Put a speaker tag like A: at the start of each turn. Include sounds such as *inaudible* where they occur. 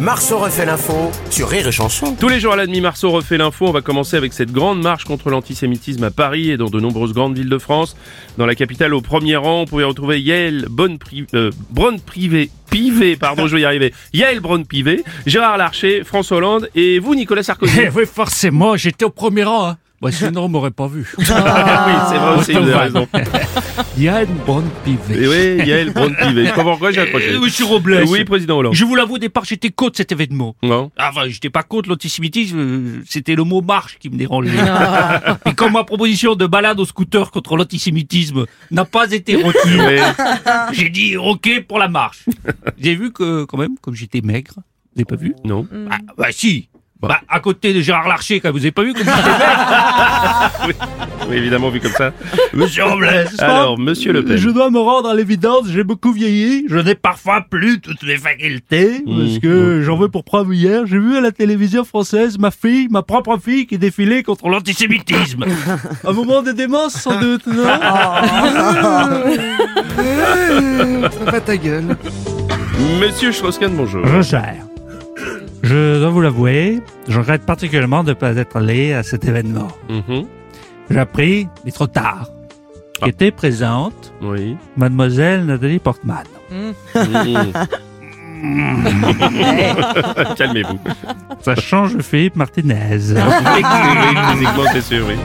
A: Marceau refait l'info sur Rire et Chanson.
B: Tous les jours à la demi-marceau refait l'info. On va commencer avec cette grande marche contre l'antisémitisme à Paris et dans de nombreuses grandes villes de France. Dans la capitale, au premier rang, on pouvait retrouver Yael Bonne Pri- euh, Braun Privé. Pivet, pardon, je vais y arriver. Yael Braun Pivet, Gérard Larcher, François Hollande et vous, Nicolas Sarkozy.
C: *laughs* Eh oui, forcément, j'étais au premier rang. Hein. Bah, sinon, on m'aurait pas vu.
B: Ah, oui, c'est vrai aussi, vous avez raison.
C: Il y a une bonne
B: Et
C: pivée.
B: Eh oui, Yael Braun Pivet. Je comprends pourquoi j'ai accroché.
C: Euh, Monsieur Robles.
B: Oui, président Hollande.
C: Je vous l'avoue, au départ, j'étais contre cet événement.
B: Non.
C: Ah, Enfin, j'étais pas contre l'antisémitisme, euh, c'était le mot marche qui me dérangeait. *laughs* Et comme ma proposition de balade au scooter contre l'antisémitisme n'a pas été retenue, *laughs*
B: Oui.
C: j'ai dit ok pour la marche. J'ai vu que, quand même, comme j'étais maigre, vous n'avez pas vu
B: Non.
C: Ah, bah si bah, à côté de Gérard Larcher, quand même, vous avez pas vu comme j'étais maigre
B: Oui, évidemment, vu comme ça.
C: Monsieur Robles.
B: Alors, monsieur Le Pen.
C: Je dois me rendre à l'évidence, j'ai beaucoup vieilli, je n'ai parfois plus toutes mes facultés,
B: Mmh.
C: parce que j'en veux pour preuve hier, j'ai vu à la télévision française ma fille, ma propre fille, qui défilait contre l'antisémitisme. Un moment de démence, sans doute, non
B: Monsieur Strauss-Kahn, bonjour.
D: Je gère. Je dois vous l'avouer, je regrette particulièrement de ne pas être allé à cet événement.
B: Mhm.
D: J'ai appris, mais trop tard,
B: Ah.
D: qu'était présente
B: Oui. *laughs*
D: mademoiselle Nathalie Portman.
B: Calmez-vous.
D: Ça change Philippe Martinez.
B: Ah. Oui, *laughs* physiquement, c'est sûr, oui.